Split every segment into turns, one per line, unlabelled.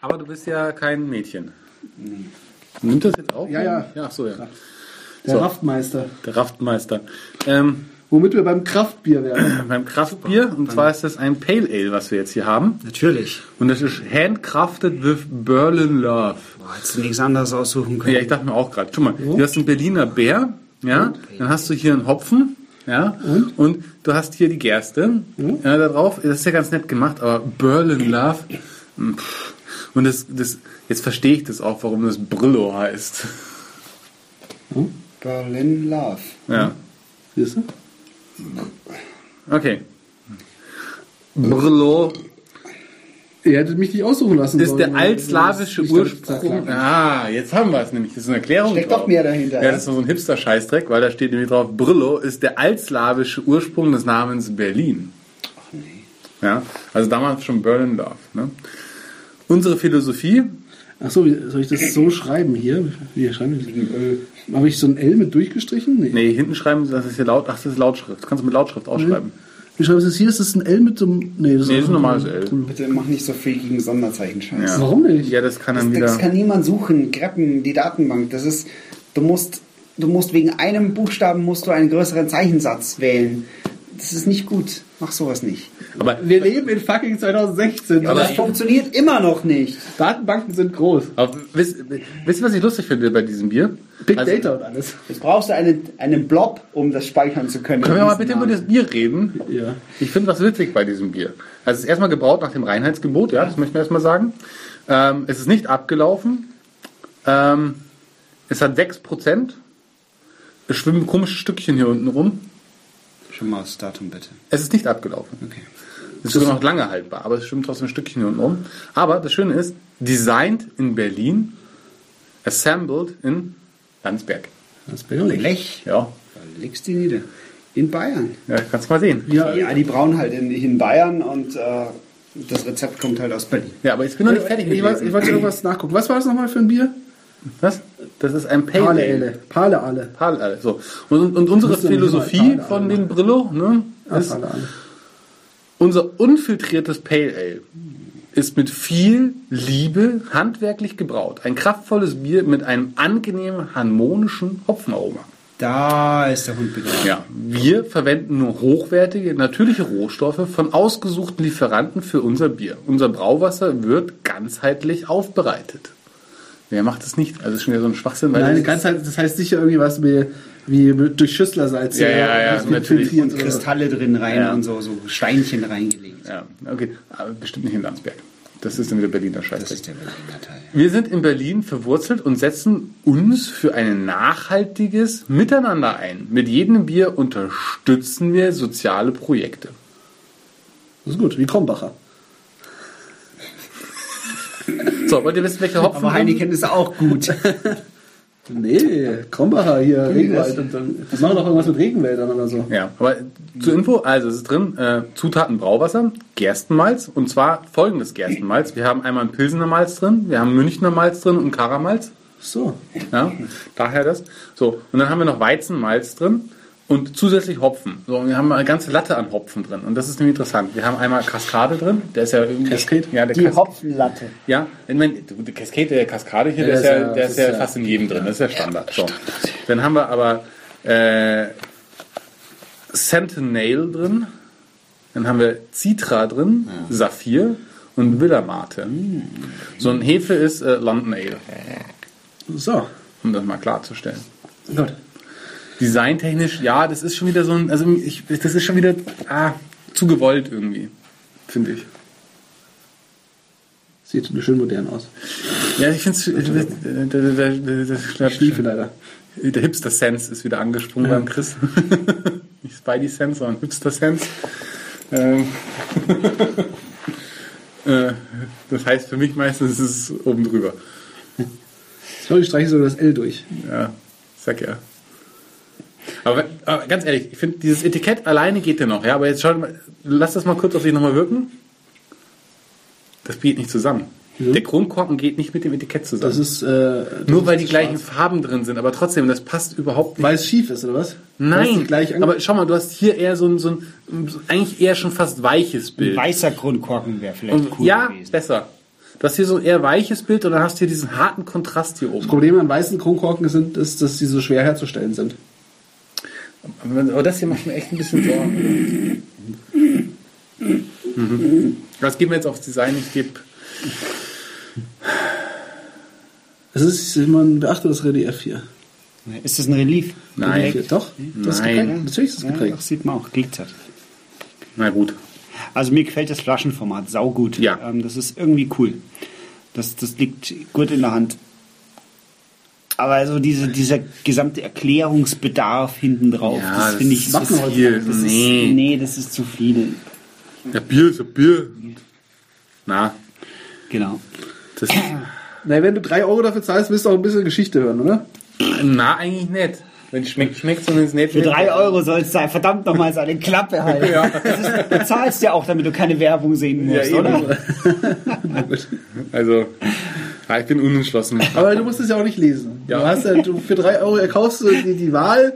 aber du bist ja kein Mädchen.
Nee.
Nimmt das jetzt auf?
Ja, ja.
Ja, ach so, ja.
Der
So.
Raftmeister.
Der Raftmeister. Ähm,
Womit wir beim Kraftbier wären.
beim Kraftbier, und zwar ist das ein Pale Ale, was wir jetzt hier haben.
Natürlich.
Und das ist Handcrafted with Berlin Love.
Boah, hättest du nichts anderes aussuchen können.
Ja, ich dachte mir auch gerade. Guck mal, du hast einen Berliner Bär, ja, dann hast du hier einen Hopfen, ja, und, du hast hier die Gerste, ja, da drauf. Das ist ja ganz nett gemacht, aber Berlin Love. mm, pff. Und das, das, jetzt verstehe ich das auch, warum das Brillo heißt.
Berlin Love.
Ja,
Siehst du?
okay. Brillo
Ihr hättet mich nicht aussuchen lassen
ist
sollen.
der
weil-
altslawische
Ich glaub, ich
Ursprung.
sag klar.
Ah, jetzt haben wir es nämlich. Das ist eine Erklärung.
Steckt
drauf.
doch mehr dahinter,
Ja,
ja.
das ist so ein Hipster-Scheißdreck, weil da steht nämlich drauf, Brillo ist der altslawische Ursprung des Namens Berlin. Ja, also damals schon Berlindorf. Ne? Unsere Philosophie,
Achso, wie- soll ich das so schreiben hier? Wie schreiben wir das? Habe ich so ein L mit durchgestrichen? Nee.
nee, hinten schreiben, das ist hier laut, ach, das ist Lautschrift. Kannst du mit Lautschrift
Mhm.
ausschreiben.
Wie schreibst du das hier? Ist das ein L mit so einem. Nee,
Nee, das ist ein normales L.
Bitte mach nicht so freakigen Sonderzeichenscheiß.
Ja.
Warum nicht?
Ja, das kann
Das,
dann
das
wieder.
kann niemand suchen. Greppen, die Datenbank. Das ist, du musst, du musst wegen einem Buchstaben musst du einen größeren Zeichensatz wählen. Das ist nicht gut. Mach sowas nicht.
Aber,
Wir leben in fucking 2016.
das funktioniert immer noch nicht.
Datenbanken sind groß.
aber wisst, wisst ihr, was ich lustig finde bei diesem Bier?
Big
Also-
Data und alles.
Jetzt brauchst du einen, einen Blob, um das speichern zu können.
Können wir mal bitte über das Bier reden?
Ja.
Ich finde was witzig bei diesem Bier. Also es ist erstmal gebraut nach dem Reinheitsgebot, ja, das möchte ich erstmal sagen. Ähm, es ist nicht abgelaufen. Ähm, es hat 6%. Es schwimmen komische Stückchen hier unten rum.
Schon mal das Datum bitte.
Es ist nicht abgelaufen.
Okay.
Es ist sogar noch lange haltbar, aber es schwimmt trotzdem Stückchen hier unten rum. Aber das Schöne ist, designed in Berlin, assembled in Landsberg.
Das bin ich.
Blech.
Ja,
Da legst du die nieder. In Bayern.
ja kannst du mal sehen.
Ja,
Ja, die brauen halt in, in Bayern und äh, das Rezept kommt halt aus Berlin.
Ja, aber Äh, ich bin noch nicht fertig.
Ich, wollte- ich
gewesen.
wollte irgendwas nachgucken. Was war das nochmal für ein Bier?
Was? Das ist ein Pale
Pale
Ale.
Ale. Pale Ale.
Tal, alle. äh, So. Und, und unsere
Müssen wir
Philosophie
nicht mal Tal,
von
alle
den Brillo ne,
Ah,
ist,
Pale Ale.
unser unfiltriertes Pale Ale ist mit viel Liebe handwerklich gebraut. Ein kraftvolles Bier mit einem angenehmen, harmonischen Hopfenaroma.
Da ist der Hund begraben.
Ja, wir verwenden nur hochwertige, natürliche Rohstoffe von ausgesuchten Lieferanten für unser Bier. Unser Brauwasser wird ganzheitlich aufbereitet. Wer macht das nicht? Also ist schon wieder so ein Schwachsinn. weil
Nein,
das-
ganz halt, das heißt sicher irgendwie was wie, wie mit- durch Schüsslersalz.
Ja,
oder
ja, ja,
was mit
natürlich.
Filtrieren
Und
oder so.
Kristalle drin rein
Ja.
und so, so Steinchen reingelegt.
Ja, okay. Aber bestimmt nicht in Landsberg. Das ist dann wieder Berliner Scheiße.
Das ist der Berliner Teil.
Wir sind in Berlin verwurzelt und setzen uns für ein nachhaltiges Miteinander ein. Mit jedem Bier unterstützen wir soziale Projekte.
Das ist gut, wie Krombacher.
So, wollt ihr wissen, welche Hopfen?
Aber Heineken ist auch gut.
Nee, Krombacher hier, Regenwald. Und dann, die machen doch irgendwas mit Regenwäldern oder so.
Ja, aber zur Info, also es ist drin, äh, Zutaten Brauwasser, Gerstenmalz und zwar folgendes Gerstenmalz. Wir haben einmal ein Pilsener Malz drin, wir haben Münchner Malz drin und Karamalz.
So.
Ja, daher das. So, und dann haben wir noch Weizenmalz drin und zusätzlich Hopfen. So, und wir haben eine ganze Latte an Hopfen drin. Und das ist nämlich interessant. Wir haben einmal Kaskade drin, der ist ja irgendwie.
Cascade?
Ja, der
Die
Kas
Hopfenlatte.
ja, ich meine, die Cascade der Kaskade hier, der
Ja,
ist ja,
ist ja-
der ist
ist
ja,
ja-
fast in jedem drin. Das ist ja Standard. So. Dann haben wir aber äh, Centennial drin. Dann haben wir Citra drin, Saphir und Willamate. So ein Hefe ist äh, London Ale,
So.
um das mal klarzustellen.
Gut.
Designtechnisch, ja, das ist schon wieder so ein, also ich, das ist schon wieder ah, zu gewollt irgendwie, finde ich.
Sieht schön modern aus.
Ja, ich äh, finde es,
Ich schliefe leider.
der Hipster Sense ist wieder angesprungen beim Chris. Nicht Spidey Sense, sondern Hipster Sense. Ähm, äh, das heißt für mich meistens, es ist oben drüber.
Ich glaube, ich streiche sogar das L durch.
Ja, sag ja. Aber, aber ganz ehrlich, ich finde, dieses Etikett alleine geht ja noch. Ja, aber jetzt schauen wir, lass das mal kurz auf dich nochmal wirken. Das geht nicht zusammen.
Wieso?
Der Kronkorken geht nicht mit dem Etikett zusammen.
Das ist, äh,
Nur weil die gleichen Farben drin sind, aber trotzdem, das passt überhaupt nicht.
weil es schief ist, oder was? Weil es
Nein,
nicht gleich
aber schau mal, du hast hier eher so ein, so ein eigentlich eher schon fast weiches Bild.
Weißer Grundkorken wäre vielleicht
Und,
cool
ja,
gewesen.
besser. Du hast hier so ein eher weiches Bild und dann hast du hier diesen harten Kontrast hier
Das
oben.
Problem an weißen Kronkorken sind, ist, dass sie so schwer herzustellen sind.
Aber das hier macht mir echt ein bisschen Sorgen. mhm. Das geben wir jetzt aufs Design. Ich gebe
Also Es ist, man beachte das Relief hier.
Ist das ein Relief?
Nein.
Hier, doch, das ist
Nein.
geprägt. Natürlich ist es
Ja,
geprägt.
das sieht man auch, glitzert.
Na gut.
Also mir gefällt das Flaschenformat saugut.
Ja.
Ähm, das ist irgendwie cool. Das, das liegt gut in der Hand. Aber also diese, dieser gesamte Erklärungsbedarf hinten drauf,
Ja,
das,
das
finde ich
ist zu
Das
viel.
ist,
Nee.
nee, das ist zu viel.
Ja, Bier ist ja Bier. Na,
Genau.
das
Na, wenn du drei Euro dafür zahlst, willst du auch ein bisschen Geschichte hören, oder?
na eigentlich nicht. Wenn es schmeckt, schmeckt und wenn es nicht
Für
schmeckt-
drei Euro sollst du verdammt nochmal seine Klappe halten. Das ist, du zahlst ja auch, damit du keine Werbung sehen
Ja,
musst,
eben.
oder?
Also, ja, ich bin unentschlossen.
Aber du musst es ja auch nicht lesen.
Ja.
Du hast ja, du, für drei Euro erkaufst du die, die Wahl,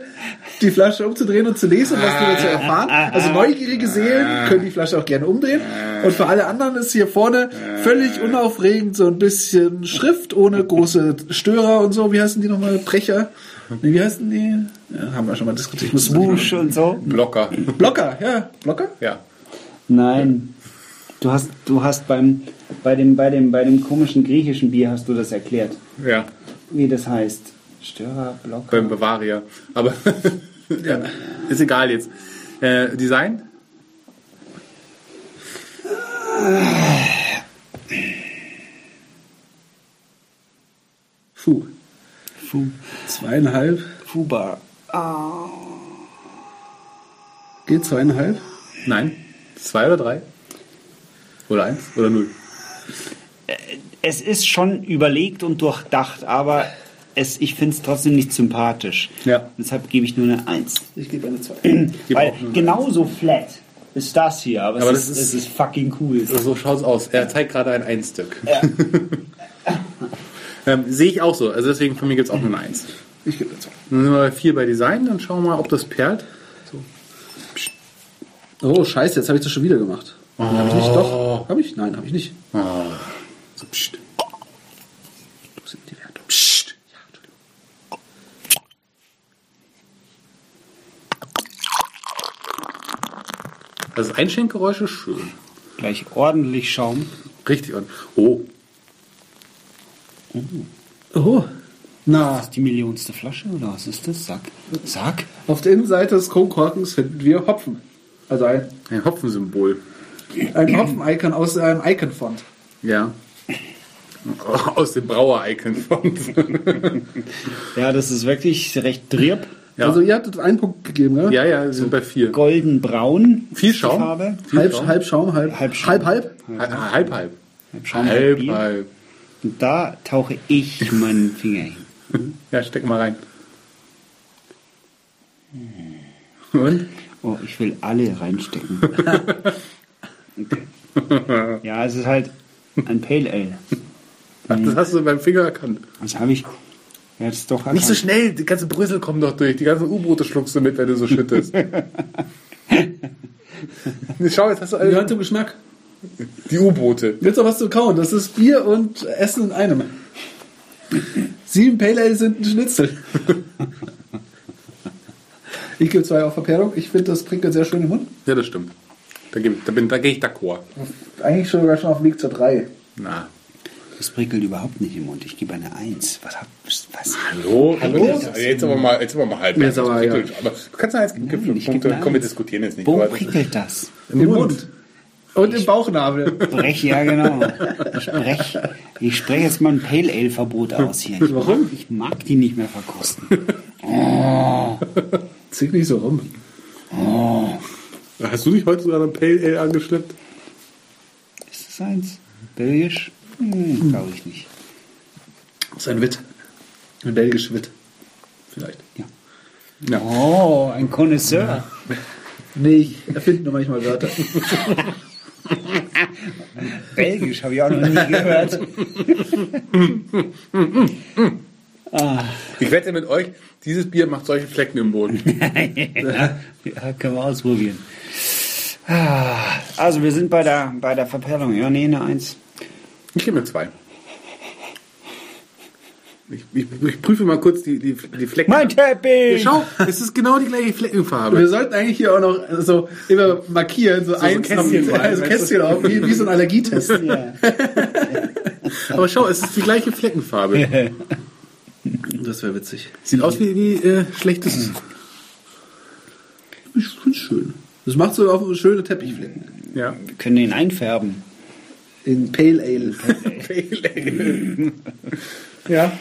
die Flasche umzudrehen und zu lesen und was darüber zu erfahren. Also neugierige Seelen können die Flasche auch gerne umdrehen. Und für alle anderen ist hier vorne völlig unaufregend so ein bisschen Schrift ohne große Störer und so. Wie heißen die nochmal? Brecher? Nee, wie heißen die? Ja, haben wir schon mal diskutiert. Ich muss
Busch und so.
Blocker.
Blocker, ja. Blocker?
Ja.
Nein. Du hast, du hast beim, bei dem, bei dem, bei dem komischen griechischen Bier hast du das erklärt,
Ja.
wie das heißt. Störer, Blocker.
Beim Bavaria. Aber ja, ist egal jetzt. Äh, Design?
Puh,
Fu,
zweieinhalb.
Fubar.
Geht zweieinhalb?
Nein. Zwei oder drei? Oder eins? Oder null?
Es ist schon überlegt und durchdacht, aber es, ich finde es trotzdem nicht sympathisch.
Ja.
Deshalb gebe ich nur eine Eins.
Ich gebe eine zwei.
gebe
Weil
auch nur eine
genauso flat ist das hier, aber,
Aber
es,
das
ist,
ist-
es ist fucking cool.
So schaut's aus. Er zeigt gerade ein Einstück. ähm, Sehe ich auch so. Also deswegen von mir gibt's auch nur eine Eins.
Ich gebe eine zwei.
Dann sind wir bei vier bei Design. Dann schauen wir mal, ob das perlt.
Oh, scheiße, jetzt habe ich das schon wieder gemacht. Habe ich nicht? Doch. Habe ich? Nein, habe ich nicht.
Ah. So, pst.
Wo sind die Werte?
Psst.
Ja, Entschuldigung.
Also das Einschenkgeräusch ist schön.
Gleich ordentlich Schaum.
Richtig. Und oh,
Oh. Na,
Die millionste Flasche oder was ist das? Sag. Sag.
auf der Innenseite des Kronkorkens finden wir Hopfen. Also ein,
ein Hopfensymbol.
ein Hopfen-Icon aus einem Icon-Font.
Ja. Aus dem Brauer-Icon von.
Ja, das ist wirklich recht drip.
Ja.
Also ihr hattet einen Punkt gegeben, ja?
ja, ja, wir sind bei vier.
Goldenbraun.
Viel
ist die
Schaum.
Farbe.
Viel
Halb,
Schaum.
halb Schaum, halb
Halb Schaum.
halb. halb?
Ha- Halb, halb.
Schaum, halb
halb,
Bier.
halb.
Und da tauche ich meinen Finger hin.
Ja, steck mal rein. Hm. Und?
Oh, ich will alle reinstecken. Okay. Ja, es ist halt ein Pale Ale.
Ach, das hast du beim Finger erkannt.
Das habe ich jetzt doch
Nicht so
erkannt.
schnell, die ganze Brüssel kommt doch durch. Die ganzen U-Boote schluckst du mit, wenn du so schüttest. Schau, jetzt hast du
Wie
alle
hat der Geschmack?
die U-Boote.
Jetzt noch was zu kauen. Das ist Bier und Essen in einem. Sieben Pale Ale sind ein Schnitzel. Ich gebe zwei auf Verperrung. Ich finde, das prickelt sehr schön im Mund.
Ja, das stimmt. Da, geb- da, bin- da gehe ich d'accord.
Eigentlich schon sogar schon auf dem Weg zur drei.
Na,
Das prickelt überhaupt nicht im Mund. Ich gebe eine Eins. Was hab was? was?
Hallo, hallo. Also jetzt aber mal, jetzt aber mal halb.
Jetzt aber, ja.
aber du kannst ja jetzt
ich geb
Punkte.
mir
Komm, wir
eins.
diskutieren jetzt nicht.
Wo
aber das-
prickelt das?
Im, Mund. Und im Bauchnabel.
Brech, ja genau. Ich brech. Ich spreche jetzt mal ein Pale Ale Verbot aus hier. Ich Warum? Mag, ich mag die nicht mehr verkosten.
Zieh nicht so rum.
Hast du dich heute sogar einen Pale Ale angeschleppt?
Ist das eins? Belgisch? Hm, glaube ich nicht.
Das ist ein Witt. Ein belgischer Witt. Vielleicht.
Oh, ein Connoisseur.
Nee, ich erfinde nur manchmal Wörter.
Belgisch habe ich auch noch nie gehört.
Ich wette mit euch, dieses Bier macht solche Flecken im Boden.
ja, können wir ausprobieren. Ah, Also wir sind bei der, bei der Verperlung. Ja, nee, eine Eins.
Ich gebe mir zwei. Ich, ich, ich prüfe mal kurz die, die, die Flecken.
Mein Teppich!
Schau, es ist genau die gleiche Fleckenfarbe.
Wir sollten eigentlich hier auch noch so immer markieren, so, eins noch,
Kästchen rein,
also
weißt
Kästchen auf, wie, wie so ein Allergietest.
Aber schau, es ist die gleiche Fleckenfarbe.
Das wäre witzig.
Sieht aus wie, wie äh, schlechtes.
Ich find's schön. Das macht so auf schöne Teppichflecken.
Ja.
Wir können ihn einfärben.
In Pale Ale.
ja.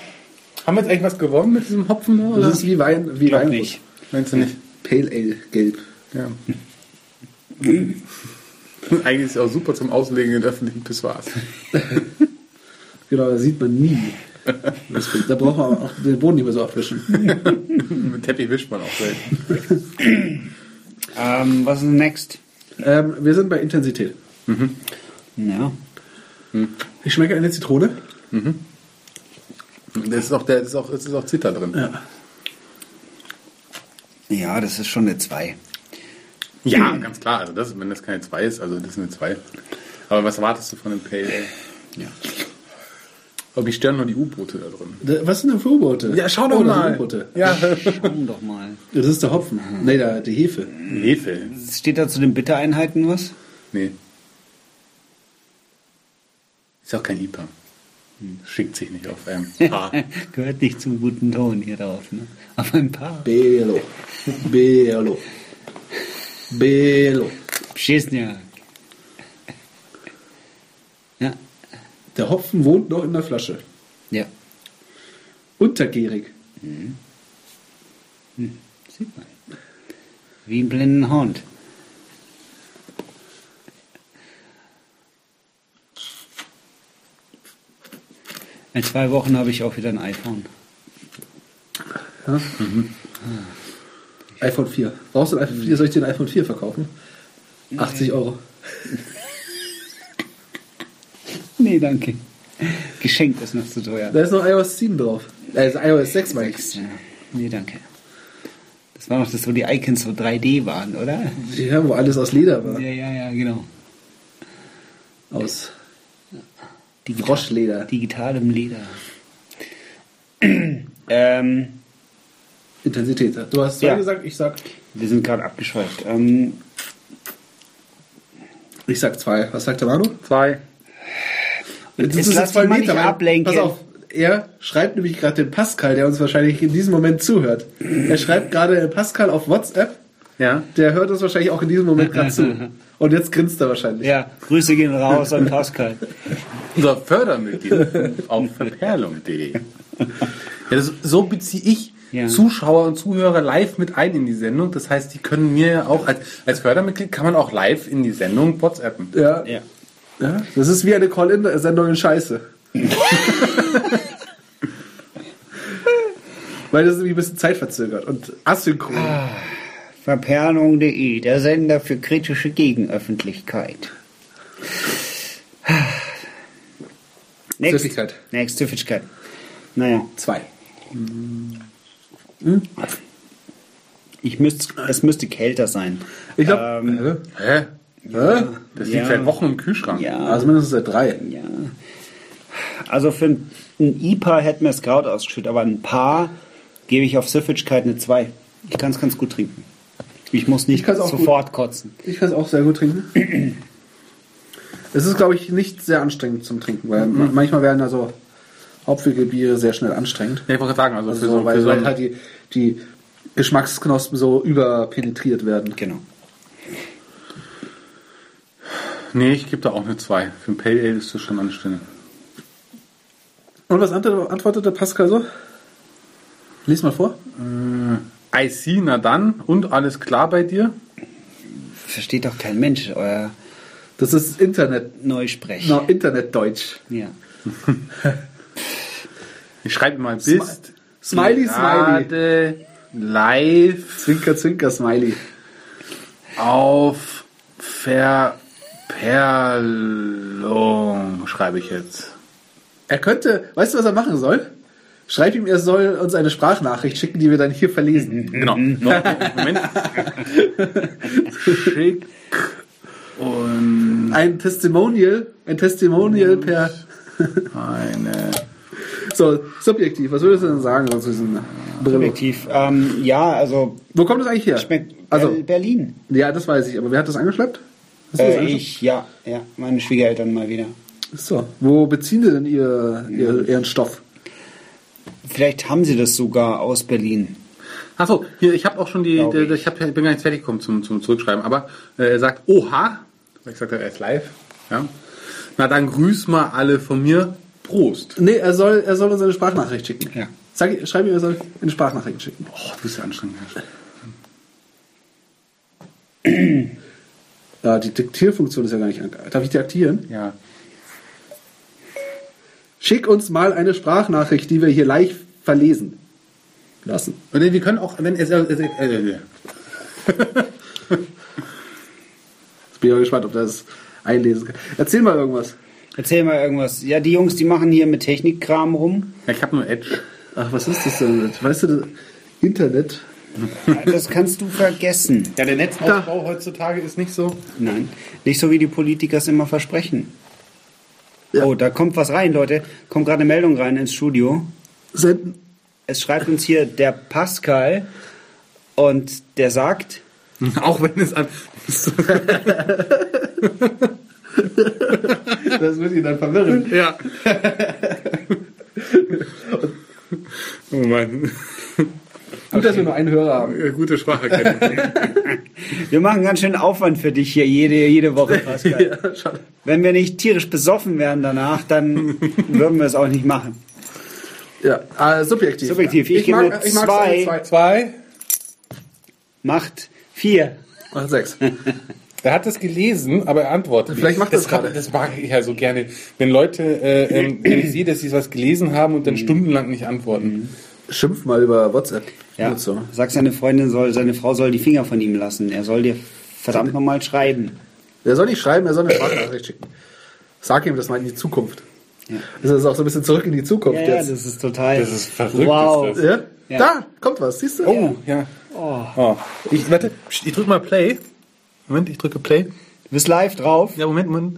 Haben wir jetzt eigentlich was gewonnen mit diesem Hopfen? da, Oder?
Das ist wie Wein, wie
Glaub
Wein.
nicht.
Meinst du nicht?
Pale Ale, gelb.
Ja. eigentlich ist es auch super zum Auslegen in öffentlichen Pissoirs.
Genau, das sieht man nie. Das, da braucht man auch den Boden nicht mehr so abwischen.
Mit Teppich wischt man auch selten.
Ähm, was ist next?
Ähm, wir sind bei Intensität.
Ja.
Ich schmecke eine Zitrone.
Das ist auch, der, das ist auch, das ist auch Zitter drin.
Ja, das ist schon eine 2.
Ja, ganz klar. Also das, wenn das keine 2 ist, also das ist eine 2. Aber was erwartest du von einem Pale Ale?
Ja.
Aber ich stören nur die U-Boote da drin.
Da- Was sind denn für U-Boote? Oh, das sind U-Boote.
Ja.
Schauen doch mal.
Das ist der Hopfen. Nee, der, die Hefe.
Hefe.
Steht da zu den Bittereinheiten was?
Nee. Ist auch kein IPA. Schickt sich nicht auf ähm, einem Paar.
Gehört nicht zum guten Ton hier drauf, ne? Aber ein paar.
Belo. Belo. Belo.
Pschesniak. Ja.
Der Hopfen wohnt noch in der Flasche.
Ja.
Untergärig.
Sieht man. Wie ein blinden Hund. In zwei Wochen habe ich auch wieder ein iPhone.
iPhone 4. Brauchst du ein iPhone 4? Soll ich dir ein iPhone 4 verkaufen? 80 Euro.
Nee, danke. Geschenkt ist noch zu teuer.
Da ist noch iOS 7 drauf. Also iOS 6 meine ich.
Ja. Nee, danke. Das war noch das, wo die Icons so 3D waren, oder?
Ja, wo alles aus Leder war.
Ja, ja, ja, genau.
Aus
Digital,
Froschleder.
digitalem Leder. ähm,
Intensität. Du hast zwei
Ja.
gesagt, ich sag.
wir sind gerade abgeschweift. Ähm,
Ich sag zwei. Was sagt der Manu?
Zwei.
Jetzt lass dich mal nicht
weil-
ablenken.
Pass auf, er schreibt nämlich gerade den Pascal, der uns wahrscheinlich in diesem Moment zuhört. Er schreibt gerade den Pascal auf WhatsApp,
Ja.
der hört uns wahrscheinlich auch in diesem Moment gerade zu. Und jetzt grinst er wahrscheinlich.
ja, Grüße gehen raus an Pascal.
Unser Fördermitglied auf verperlung.de. Ja, das, so beziehe ich
Ja.
Zuschauer und Zuhörer live mit ein in die Sendung. Das heißt, die können mir ja auch als, als Fördermitglied kann man auch live in die Sendung WhatsAppen.
Ja.
Ja.
Ja, Das ist wie eine Call-In-Sendung in Scheiße. Weil das ist nämlich ein bisschen zeitverzögert und asynchron.
Ah.
Verperlung.de, der Sender für kritische Gegenöffentlichkeit. Next.
Süffigkeit.
Next, Süffigkeit. Naja.
Zwei.
Ich müsst, es müsste kälter sein.
Ich glaube,
Ähm. Hä?
äh,
Das
Ja.
liegt seit Wochen im Kühlschrank.
also mindestens seit drei.
ja. Also für ein, ein IPA hätten wir es gerade ausgeschüttet, aber ein Paar gebe ich auf Süffigkeit eine 2. Ich kann es ganz gut trinken. Ich muss
Ich
nicht
kann's auch gut.
sofort kotzen.
Ich kann es auch sehr gut trinken. es ist, glaube ich, nicht sehr anstrengend zum Trinken, weil
Mhm.
ma- manchmal werden da so hopfige Biere sehr schnell anstrengend.
Ja, ich wollte gerade sagen, also,
Also
für so,
so,
für
weil,
so
weil
ein,
halt die, die Geschmacksknospen so überpenetriert werden.
Genau.
Nee, ich gebe da auch eine 2. Für ein Pale Ale ist das schon anständig.
Und was ant- antwortete Pascal so? Lies mal vor.
I see, na dann. Und alles klar bei dir?
Versteht doch kein Mensch euer
Das ist Internet,
Neusprech.
no, Internetdeutsch.
Ja.
Ich schreibe mal bist.
Smiley, Smiley.
gerade live
Zwinker, Zwinker, Smiley.
auf Verperlung, schreibe ich jetzt.
Er könnte, weißt du, was er machen soll? Schreib ihm, er soll uns eine Sprachnachricht schicken, die wir dann hier verlesen.
Genau. Moment. Schick und
Ein Testimonial, ein Testimonial per
Eine.
So, subjektiv, was würdest du denn sagen zu diesem Brillo?
Subjektiv. Ähm, ja, also
Wo kommt das eigentlich her?
schmeckt
also,
Ber- Berlin.
ja, das weiß ich, aber wer hat das angeschleppt? Hast du das
Äh,
also
Äh,
angeschleppt?
ich, ja, ja, meine Schwiegereltern mal wieder.
So, wo beziehen Sie denn ihr, ihr, Ihren Stoff?
Vielleicht haben sie das sogar aus Berlin.
Achso, hier, ich habe auch schon die,
Glaube
die, ich, hab, ich bin gar nicht fertig gekommen zum, zum Zurückschreiben, aber äh, er sagt, oha, weil ich sagte, er ist live, ja. Na dann grüß mal alle von mir, Prost.
Nee, er soll, er soll uns eine Sprachnachricht schicken.
Ja.
Sag, schreib ihm, er soll eine Sprachnachricht schicken.
Oh, du bist ja anstrengend.
Ja, die Diktierfunktion ist ja gar nicht an. Darf ich deaktivieren?
Ja.
Schick uns mal eine Sprachnachricht, die wir hier live verlesen lassen.
Und wir können auch, wenn es, äh, äh, äh,
Jetzt bin ich mal gespannt, ob das einlesen kann. Erzähl mal irgendwas.
Erzähl mal irgendwas. Ja, die Jungs, die machen hier mit Technikkram rum.
ja, ich habe nur Edge.
Ach, was ist das denn? Weißt du, das Internet?
Das kannst du vergessen.
Ja, der Netzausbau heutzutage ist nicht so.
Nein, nicht so wie die Politiker es immer versprechen. Oh, da kommt was rein, Leute. Kommt gerade eine Meldung rein ins Studio.
Senden.
Es schreibt uns hier der Pascal und der sagt,
Auch wenn es an.
Das wird ihn dann verwirren.
ja. oh Mann,
Gut, dass wir nur einen Hörer haben.
gute Sprache kennen.
wir machen ganz schön Aufwand für dich hier jede, jede Woche, Pascal.
Ja, schade.
Wenn wir nicht tierisch besoffen wären danach, dann würden wir es auch nicht machen.
Ja, äh, subjektiv.
Subjektiv. Ich gebe
mag,
eine
ich mag
zwei.
zwei.
Zwei.
Macht vier.
Ach, sechs.
Er hat es gelesen, aber er antwortet.
Vielleicht
nicht.
macht er es
das
gerade.
Das mag ich ja so gerne. Wenn Leute, äh, ähm, wenn ich sehe, dass sie was gelesen haben und dann
Mhm.
stundenlang nicht antworten.
Schimpf mal über WhatsApp.
Ja.
Gut so.
Sag seine Freundin soll, seine Frau soll die Finger von ihm lassen. Er soll dir verdammt nochmal schreiben.
Er soll nicht schreiben, er soll eine Sprachnachricht schicken. Sag ihm das mal in die Zukunft. Das ist auch so ein bisschen zurück in die Zukunft
Ja, ja,
jetzt.
das ist total.
Das ist verrückt,
Wow.
ist das.
Ja?
Ja.
Da, kommt was, siehst du?
Oh, ja. Oh. Ich, warte, pst, ich drücke mal Play. Moment, ich drücke Play.
Du bist live drauf.
Ja, Moment, Moment.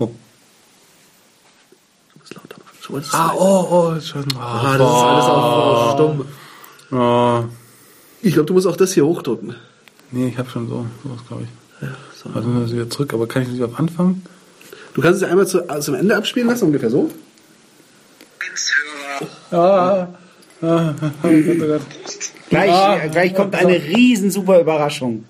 Oh.
Du bist lauter. Schon mal-
Ah, oh, oh, schon.
Ah, das ist alles auch
Ah.
stumm.
Oh.
Ich glaube, du musst auch das hier hochdrücken.
Nee, ich habe schon so, sowas glaube ich. Also nur das wieder zurück, aber kann ich das wieder auf Anfang?
Du kannst es ja einmal zu, also zum Ende abspielen lassen, ungefähr so.
Ah, ah, ah, oh Gott, oh Gott.
Gleich, äh,
Ah.
gleich kommt eine riesen super Überraschung.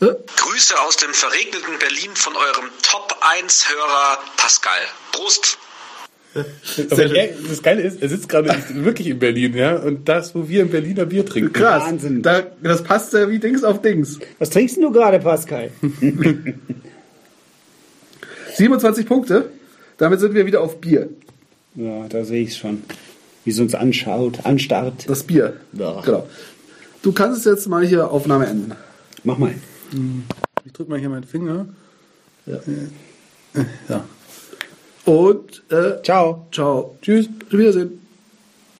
Äh?
Grüße aus dem verregneten Berlin von eurem Top 1 Hörer Pascal. Prost!
Aber er, das Geile ist, er sitzt gerade wirklich in Berlin, ja, und das, wo wir in Berliner Bier trinken.
Krass.
Wahnsinn.
Da, das passt ja wie Dings auf Dings.
Was trinkst denn du gerade, Pascal?
27 Punkte. Damit sind wir wieder auf Bier.
Ja, da sehe ich es schon. Wie sie uns anschaut, anstarrt.
Das Bier.
Ja.
Genau. Du kannst es jetzt mal hier Aufnahme enden.
Mach mal.
Ich drück mal hier meinen Finger. Ja.
Und äh,
Ciao.
ciao. äh, Tschüss. Auf Wiedersehen.